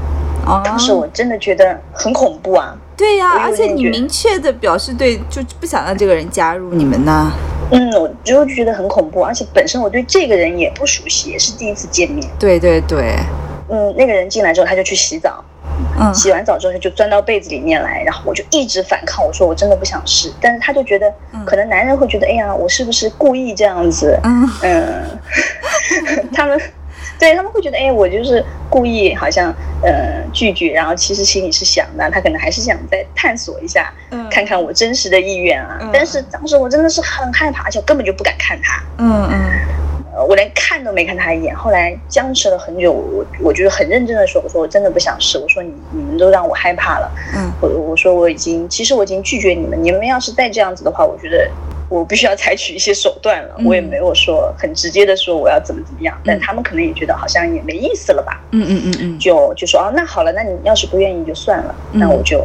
哦，当时我真的觉得很恐怖啊。对呀、我有而且点你觉明确的表示对，就不想让这个人加入你们呐。嗯，我就觉得很恐怖，而且本身我对这个人也不熟悉，也是第一次见面。对对对，嗯，那个人进来之后，他就去洗澡，嗯洗完澡之后他就钻到被子里面来，然后我就一直反抗，我说我真的不想试。但是他就觉得嗯，可能男人会觉得，哎呀，我是不是故意这样子？嗯嗯， 他们对他们会觉得，哎，我就是故意好像呃拒绝，然后其实心里是想的，他可能还是想再探索一下，嗯看看我真实的意愿啊。嗯但是当时我真的是很害怕，而且我根本就不敢看他，嗯嗯呃我连看都没看他一眼。后来僵持了很久，我我我就是很认真的说，我说我真的不想试，我说你你们都让我害怕了，嗯我我说我已经其实我已经拒绝你们，你们要是再这样子的话，我觉得我必须要采取一些手段了。嗯我也没有说很直接的说我要怎么怎么样，但嗯他们可能也觉得好像也没意思了吧，嗯嗯嗯嗯，就就说哦那好了，那你要是不愿意就算了，嗯那我就。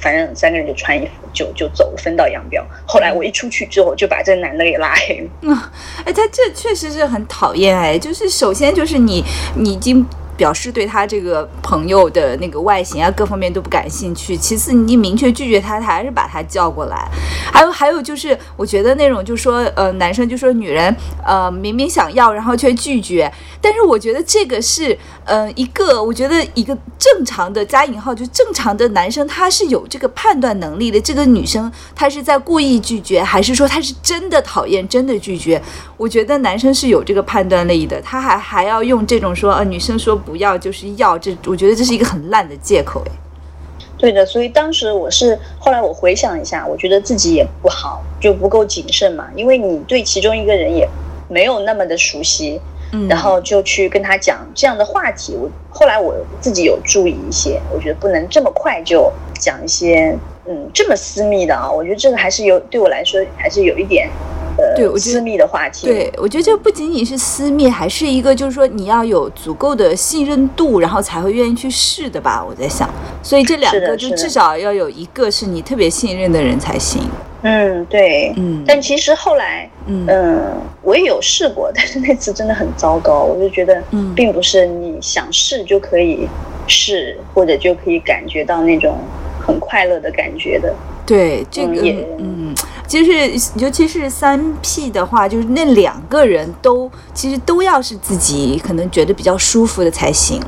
反正三个人就穿衣服就就走了，分道扬镳。后来我一出去之后，就把这个男的给拉黑了。 哎，他这确实是很讨厌哎，就是首先就是你你已经。表示对他这个朋友的那个外形啊，各方面都不感兴趣。其次，你明确拒绝他，他还是把他叫过来。还有还有就是，我觉得那种就说呃，男生就说女人呃明明想要，然后却拒绝。但是我觉得这个是呃一个，我觉得一个正常的加引号就正常的男生，他是有这个判断能力的。这个女生她是在故意拒绝，还是说她是真的讨厌，真的拒绝？我觉得男生是有这个判断力的，他还还要用这种说呃女生说不要就是要，这我觉得这是一个很烂的借口哎。对的，所以当时我是后来我回想一下，我觉得自己也不好，就不够谨慎嘛，因为你对其中一个人也没有那么的熟悉，嗯，然后就去跟他讲这样的话题。我后来我自己有注意一些，我觉得不能这么快就讲一些嗯这么私密的啊，我觉得这个还是有对我来说还是有一点呃对我觉得私密的话题。对，我觉得这不仅仅是私密，还是一个就是说你要有足够的信任度，然后才会愿意去试的吧。我在想，所以这两是的个就是的至少要有一个是你特别信任的人才行。嗯对，嗯，但其实后来嗯嗯，我也有试过，但是那次真的很糟糕。我就觉得嗯，并不是你想试就可以试，或者就可以感觉到那种很快乐的感觉的。对这嗯个也嗯，就是尤其是三 P 的话，就是那两个人都其实都要是自己可能觉得比较舒服的才行。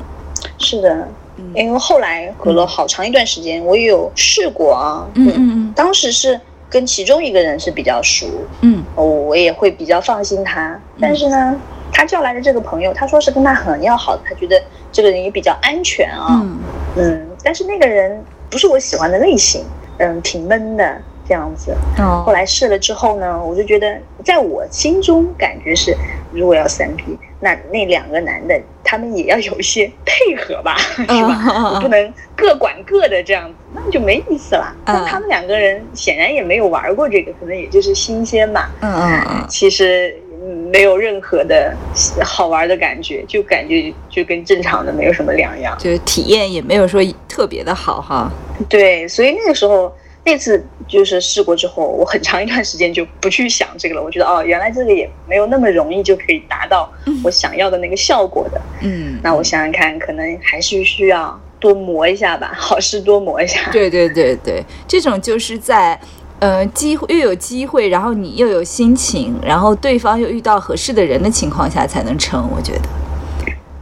是的，嗯因为后来隔了好长一段时间，我也有试过啊。嗯嗯当时是跟其中一个人是比较熟，嗯我我也会比较放心他。但是呢，他叫来的这个朋友，他说是跟他很要好的，他觉得这个人也比较安全啊。嗯嗯，但是那个人不是我喜欢的类型，嗯，挺闷的这样子。嗯哦后来试了之后呢，我就觉得，在我心中感觉是，如果要三 P，那那两个男的他们也要有一些配合吧， 哦是吧？吧不能各管各的这样子，那就没意思了。嗯那他们两个人显然也没有玩过这个，可能也就是新鲜吧。嗯嗯嗯其实，嗯，没有任何的好玩的感觉，就感觉就跟正常的没有什么两样。就是体验也没有说特别的好哈。对，所以那个时候那次就是试过之后，我很长一段时间就不去想这个了。我觉得哦，原来这个也没有那么容易就可以达到我想要的那个效果的。嗯，那我想想看，可能还是需要多磨一下吧，好事多磨一下。对对对对，这种就是在。呃，机会又有机会，然后你又有心情，然后对方又遇到合适的人的情况下才能成，我觉得。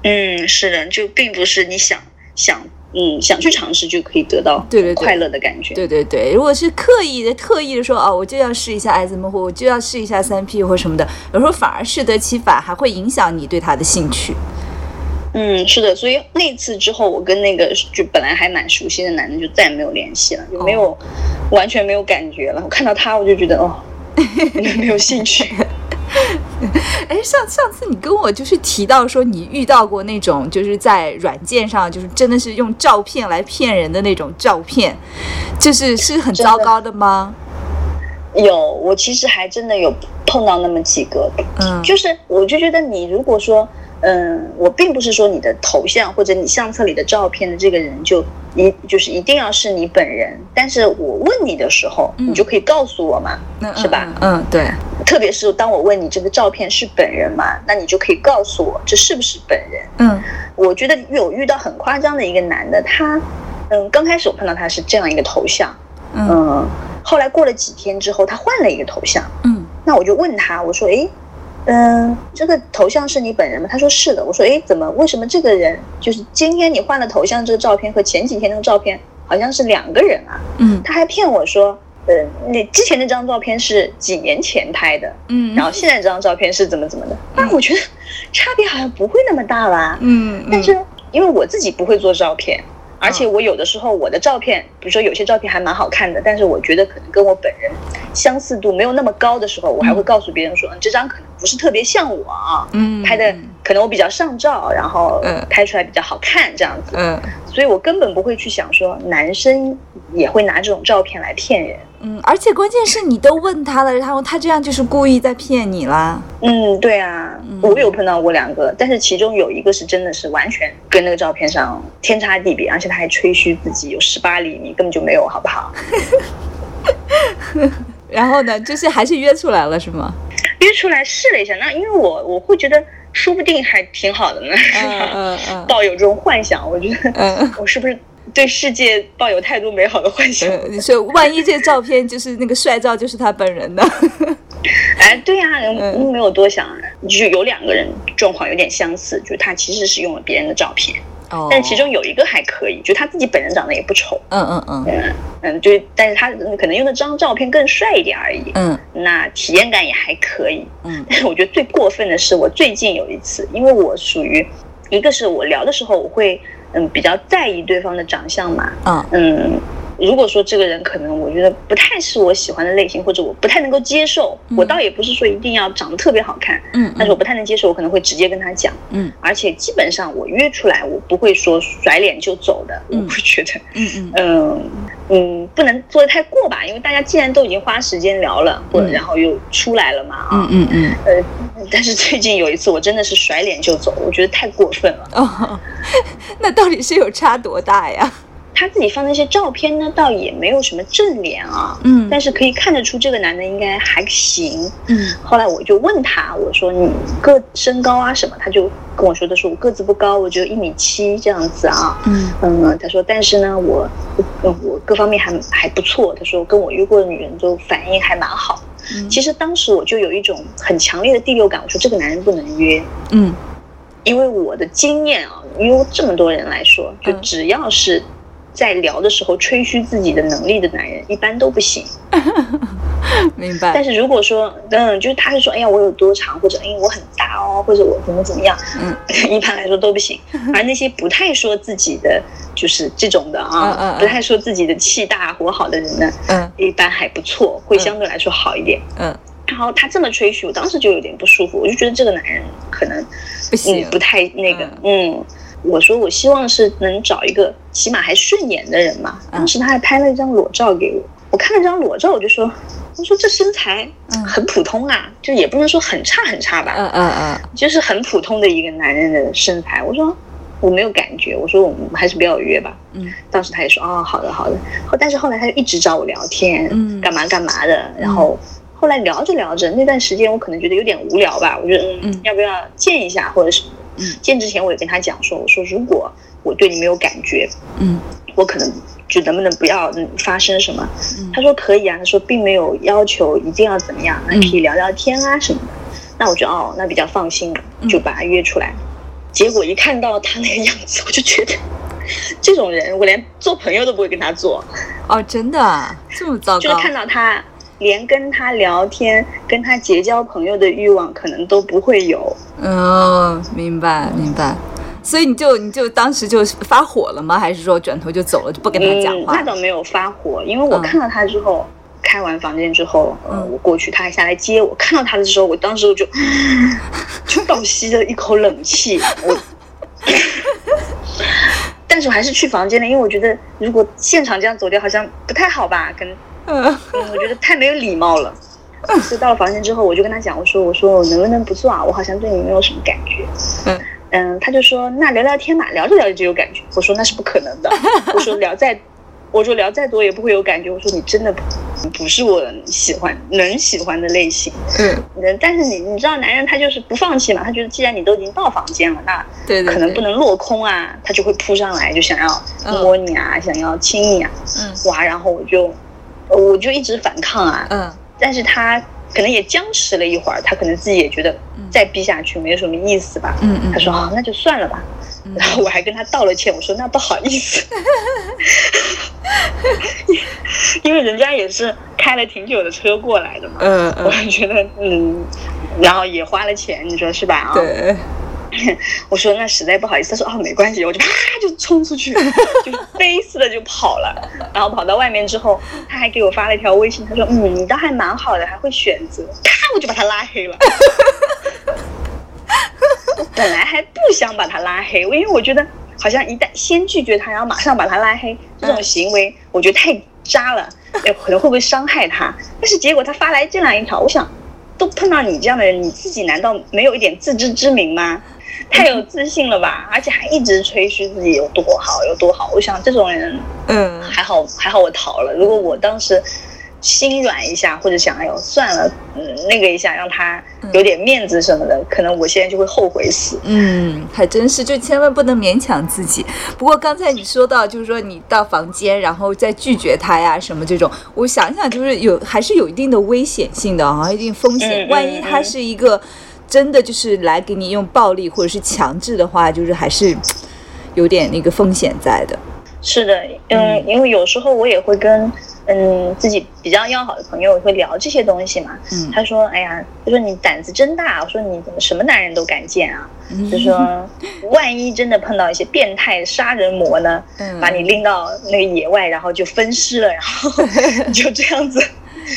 嗯，是的，就并不是你想想，嗯，想去尝试就可以得到对对对快乐的感觉。对对对，如果是刻意的、特意的说哦，我就要试一下 S M 或我就要试一下三 P 或什么的，有时候反而适得其反，还会影响你对他的兴趣。嗯，是的，所以那次之后，我跟那个就本来还蛮熟悉的男的就再也没有联系了，就没哦有、完全没有感觉了。我看到他，我就觉得哦， 没有兴趣。 哎，上上次你跟我就是提到说你遇到过那种就是在软件上就是真的是用照片来骗人的那种照片，就是是很真的糟糕的吗？有，我其实还真的有碰到那么几个，嗯，就是我就觉得你如果说，嗯，我并不是说你的头像或者你相册里的照片的这个人就一就是一定要是你本人，但是我问你的时候，嗯你就可以告诉我嘛，嗯是吧？嗯，嗯对，特别是当我问你这个照片是本人吗，那你就可以告诉我这是不是本人。嗯我觉得有遇到很夸张的一个男的，他，嗯，刚开始我看到他是这样一个头像，嗯嗯，后来过了几天之后，他换了一个头像。嗯那我就问他，我说，诶，嗯、这个头像是你本人吗？他说是的。我说，诶，怎么？为什么这个人就是今天你换了头像这个照片和前几天那个照片好像是两个人啊？嗯他还骗我说，呃，你之前那张照片是几年前拍的，嗯，然后现在这张照片是怎么怎么的？那我觉得差别好像不会那么大吧？嗯，但是因为我自己不会做照片，嗯而且我有的时候我的照片，比如说有些照片还蛮好看的，但是我觉得可能跟我本人相似度没有那么高的时候，我还会告诉别人说，嗯，这张可能不是特别像我啊，嗯拍的可能我比较上照，然后嗯拍出来比较好看这样子，嗯所以我根本不会去想说男生也会拿这种照片来骗人。嗯，而且关键是你都问他了，然后他这样就是故意在骗你啦。嗯，对啊，嗯我有碰到过两个，但是其中有一个是真的是完全跟那个照片上天差地别，而且他还吹嘘自己有十八厘米，根本就没有，好不好？然后呢，就是还是约出来了是吗？约出来试了一下，那因为我我会觉得说不定还挺好的呢，是嗯吧？嗯嗯 抱有这种幻想，我觉得嗯。我是不是对世界抱有太多美好的幻想？呃，所以万一这照片就是那个帅照，就是他本人的。 哎，对呀、嗯没有多想，啊就是有两个人状况有点相似，就是他其实是用了别人的照片，哦但是其中有一个还可以，就他自己本人长得也不丑。嗯嗯嗯嗯，就是，但是他可能用那张照片更帅一点而已，嗯那体验感也还可以。嗯但是我觉得最过分的是，我最近有一次，因为我属于一个是我聊的时候，我会嗯比较在意对方的长相嘛，嗯嗯，如果说这个人可能我觉得不太是我喜欢的类型，或者我不太能够接受，嗯我倒也不是说一定要长得特别好看，嗯，但是我不太能接受，我可能会直接跟他讲。嗯而且基本上我约出来，我不会说甩脸就走的，我嗯会觉得。嗯嗯嗯嗯，不能做的太过吧，因为大家既然都已经花时间聊了，或者嗯然后又出来了嘛啊嗯。嗯嗯 但是最近有一次，我真的是甩脸就走，我觉得太过分了。哦，那到底是有差多大呀？他自己放那些照片呢，倒也没有什么正脸啊，嗯但是可以看得出这个男的应该还行。嗯后来我就问他，我说你个身高啊什么，他就跟我说的是我个子不高，我只有一米七这样子啊。嗯嗯，他说，但是呢，我我我各方面还还不错。他说，跟我约过的女人都反应还蛮好。其实当时我就有一种很强烈的第六感，我说这个男人不能约，嗯因为我的经验啊，因为这么多人来说，就嗯只要是在聊的时候吹嘘自己的能力的男人，一般都不行。明但白。是如果说，嗯，就是他是说，哎呀，我有多长，或者哎，我很大哦，或者我怎么怎么样，嗯， 一般来说都 不行。而那些不太说自己的，就是这种的啊，嗯嗯嗯不太说自己的气大活好的人呢，嗯一般还不错，会相对来说好一点。嗯，然后他这么吹嘘，我当时就有点不舒服，我就觉得这个男人可能，不嗯行，不太那个，嗯。我说我希望是能找一个嗯起码还顺眼的人嘛。当时他还拍了一张裸照给我，我看了张裸照，我就说，我说这身材嗯很普通啊，就也不能说很差很差吧，嗯嗯嗯，就是很普通的一个男人的身材。我说我没有感觉，我说我们还是不要约吧。嗯，当时他也说哦，好的好的。后但是后来他就一直找我聊天，嗯干嘛干嘛的。然后后来聊着聊着，那段时间我可能觉得有点无聊吧，我觉得嗯，嗯要不要见一下或者是嗯见之前我也跟他讲说，我说如果我对你没有感觉，嗯我可能就能不能不要嗯发生什么？嗯他说可以啊，他说并没有要求一定要怎么样，那可以聊聊天啊什么的。那我就哦，那比较放心了，就把他约出来。结果一看到他那个样子，我就觉得 这种人我连做朋友都不会跟他做，哦，真的啊这么糟就是糕？看到他。连跟他聊天、跟他结交朋友的欲望可能都不会有，嗯，明白明白。所以你就你就当时就发火了吗？还是说转头就走了，就不跟他讲嗯。话那？倒没有发火，因为我嗯看到他之后，开完房间之后，呃，嗯我过去，他还下来接我。看到他的时候，我当时我就 就倒吸了一口冷气， 我。但是我还是去房间了，因为我觉得如果现场这样走掉好像不太好吧，跟嗯嗯我觉得太没有礼貌 了。所以到了房间之后，我就跟他讲，我说我说我能不能不做啊？我好像对你没有什么感觉。嗯嗯，他就说那聊聊天嘛，聊着聊着就有感觉。我说那是不可能的，我说聊再，我说聊再多也不会有感觉。我说你真的不不是我喜欢能喜欢的类型。嗯，嗯，但是你你知道男人他就是不放弃嘛，他觉得既然你都已经到房间了，那对对对，可能不能落空啊，他就会扑上来，就想要摸你啊，想要亲你啊，嗯哇！然后我就我就一直反抗啊，嗯但是他可能也僵持了一会儿，他可能自己也觉得嗯再逼下去没有什么意思吧。嗯嗯，他说啊，那就算了吧。嗯然后我还跟他道了歉，我说那不好意思， 因为人家也是开了挺久的车过来的嘛。嗯我嗯，觉得嗯，然后也花了钱，你说是吧？啊，对，我说那实在不好意思，他说哦没关系，我就啪就冲出去，就飞似的就跑了。然后跑到外面之后，他还给我发了一条微信，他说嗯你倒还蛮好的，还会选择，啪我就把他拉黑了。我本来还不想把他拉黑，因为我觉得好像一旦先拒绝他，然后马上把他拉黑这种行为，我觉得太渣了，哎可能会不会伤害他？但是结果他发来这样一条，我想都碰到你这样的人，你自己难道没有一点自知之明吗？太有自信了吧，而且还一直吹嘘自己有多好有多好。我想这种人嗯还好还好我逃了，如果我当时心软一下，或者想哎呦算了，嗯那个一下让他有点面子什么的，可能我现在就会后悔死。嗯，还真是，就千万不能勉强自己。不过刚才你说到，就是说你到房间，然后再拒绝他呀，什么这种，我想想，就是有还是有一定的危险性的啊，一定风险。嗯嗯万一他是一个真的就是来给你用暴力或者是强制的话，就是还是有点那个风险在的。是的，嗯，因为有时候我也会跟嗯自己比较要好的朋友会聊这些东西嘛。嗯他说：“哎呀，他说你胆子真大。”啊我说：“你怎么什么男人都敢见啊？”嗯就说万一真的碰到一些变态杀人魔呢，嗯把你拎到那个野外，然后就分尸了，然后你就这样子。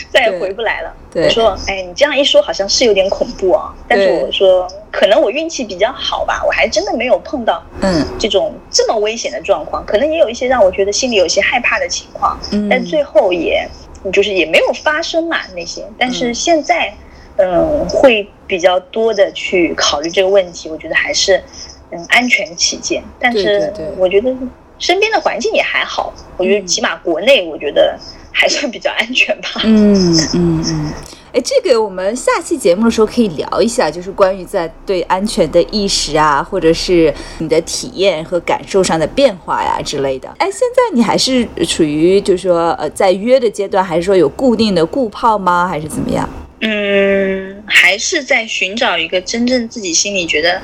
再也回不来了。对我说，哎，你这样一说，好像是有点恐怖啊。但是对我说，可能我运气比较好吧，我还真的没有碰到嗯这种这么危险的状况，可能也有一些让我觉得心里有一些害怕的情况，嗯，但最后也就是也没有发生嘛那些。但是嗯现在，嗯，会比较多的去考虑这个问题，我觉得还是嗯安全起见。但对是对对我觉得身边的环境也还好，我觉得嗯起码国内我觉得还算比较安全吧。嗯嗯嗯，哎，这个我们下期节目的时候可以聊一下，就是关于在对安全的意识啊，或者是你的体验和感受上的变化呀之类的。哎，现在你还是处于就是说呃在约的阶段，还是说有固定的固炮吗？还是怎么样？嗯，还是在寻找一个真正自己心里觉得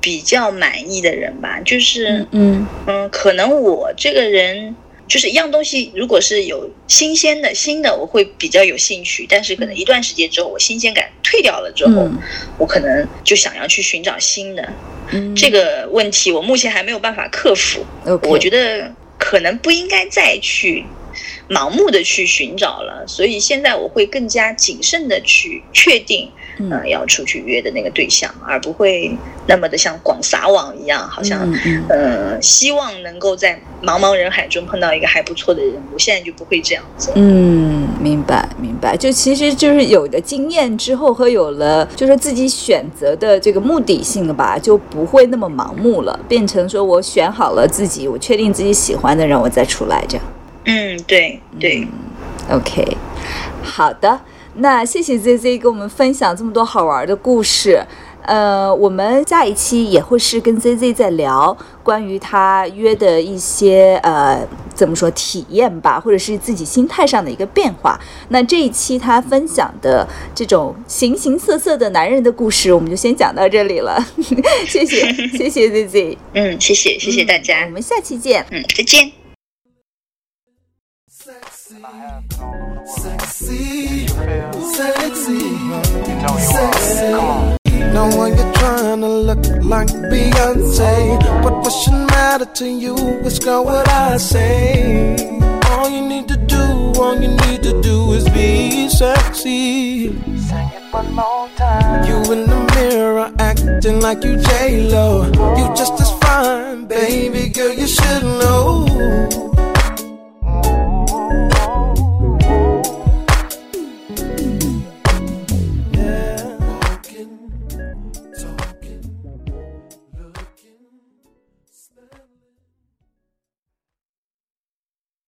比较满意的人吧，就是。嗯嗯，可能我这个人就是一样东西，如果是有新鲜的、新的，我会比较有兴趣。但是可能一段时间之后，我新鲜感退掉了之后，嗯我可能就想要去寻找新的。嗯，这个问题我目前还没有办法克服。 OK，我觉得可能不应该再去盲目的去寻找了，所以现在我会更加谨慎的去确定，嗯呃，要出去约的那个对象，而不会那么的像广撒网一样，好像、嗯嗯呃，希望能够在茫茫人海中碰到一个还不错的人。我现在就不会这样子。嗯，明白明白，就其实就是有了经验之后和有了就是自己选择的这个目的性了吧，就不会那么盲目了，变成说我选好了自己，我确定自己喜欢的人，我再出来这样。嗯，对对。 OK，好的，那谢谢 Z Z 给我们分享这么多好玩的故事。呃，我们下一期也会是跟 Z Z 在聊关于他约的一些呃怎么说体验吧，或者是自己心态上的一个变化。那这一期他分享的这种形形色色的男人的故事，我们就先讲到这里了。 谢谢，谢谢 Z Z，嗯，谢谢，谢谢大家我。们下期见。嗯，再见。 Sexy, Sexy. sexy, sexy. You know you are. Come on. No one you're trying to look like Beyonce. But what should matter to you is girl what I say. All you need to do, all you need to do is be sexy. Sing it one more time. You in the mirror acting like you J Lo. You just as fine, baby girl. You should know.